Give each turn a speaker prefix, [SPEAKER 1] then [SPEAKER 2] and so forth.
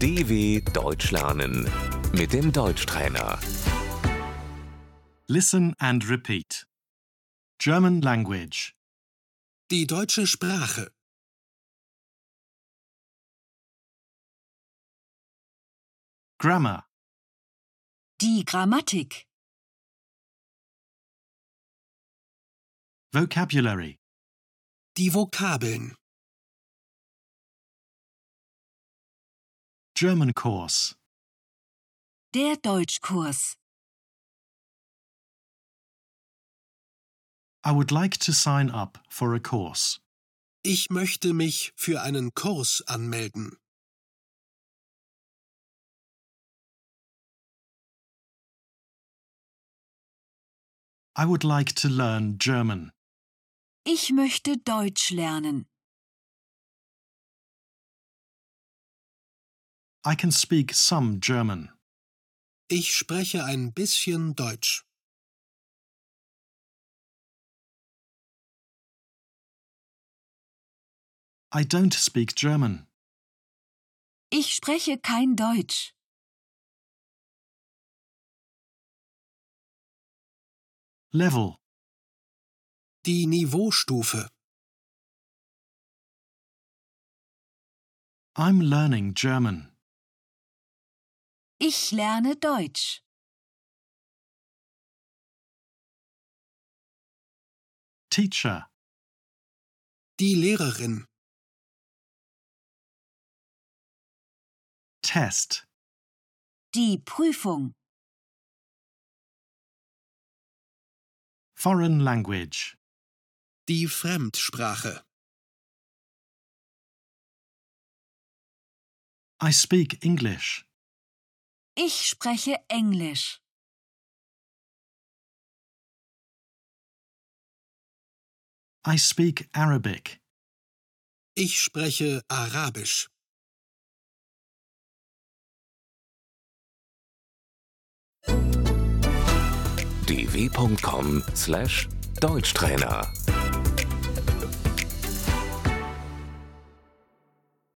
[SPEAKER 1] DW Deutsch lernen mit dem Deutschtrainer.
[SPEAKER 2] Listen and repeat. German language.
[SPEAKER 3] Die deutsche Sprache.
[SPEAKER 2] Grammar.
[SPEAKER 4] Die Grammatik.
[SPEAKER 2] Vocabulary.
[SPEAKER 3] Die Vokabeln.
[SPEAKER 2] German course.
[SPEAKER 4] Der Deutschkurs.
[SPEAKER 2] I would like to sign up for a course.
[SPEAKER 3] Ich möchte mich für einen Kurs anmelden.
[SPEAKER 2] I would like to learn German.
[SPEAKER 4] Ich möchte Deutsch lernen.
[SPEAKER 2] I can speak some German.
[SPEAKER 3] Ich spreche ein bisschen Deutsch.
[SPEAKER 2] I don't speak German.
[SPEAKER 4] Ich spreche kein Deutsch.
[SPEAKER 2] Level.
[SPEAKER 3] Die Niveaustufe.
[SPEAKER 2] I'm learning German.
[SPEAKER 4] Ich lerne Deutsch.
[SPEAKER 2] Teacher.
[SPEAKER 3] Die Lehrerin.
[SPEAKER 2] Test.
[SPEAKER 4] Die Prüfung.
[SPEAKER 2] Foreign language.
[SPEAKER 3] Die Fremdsprache.
[SPEAKER 2] I speak English.
[SPEAKER 4] Ich spreche Englisch.
[SPEAKER 2] I speak Arabic.
[SPEAKER 3] Ich spreche Arabisch.
[SPEAKER 1] dw.com/deutschtrainer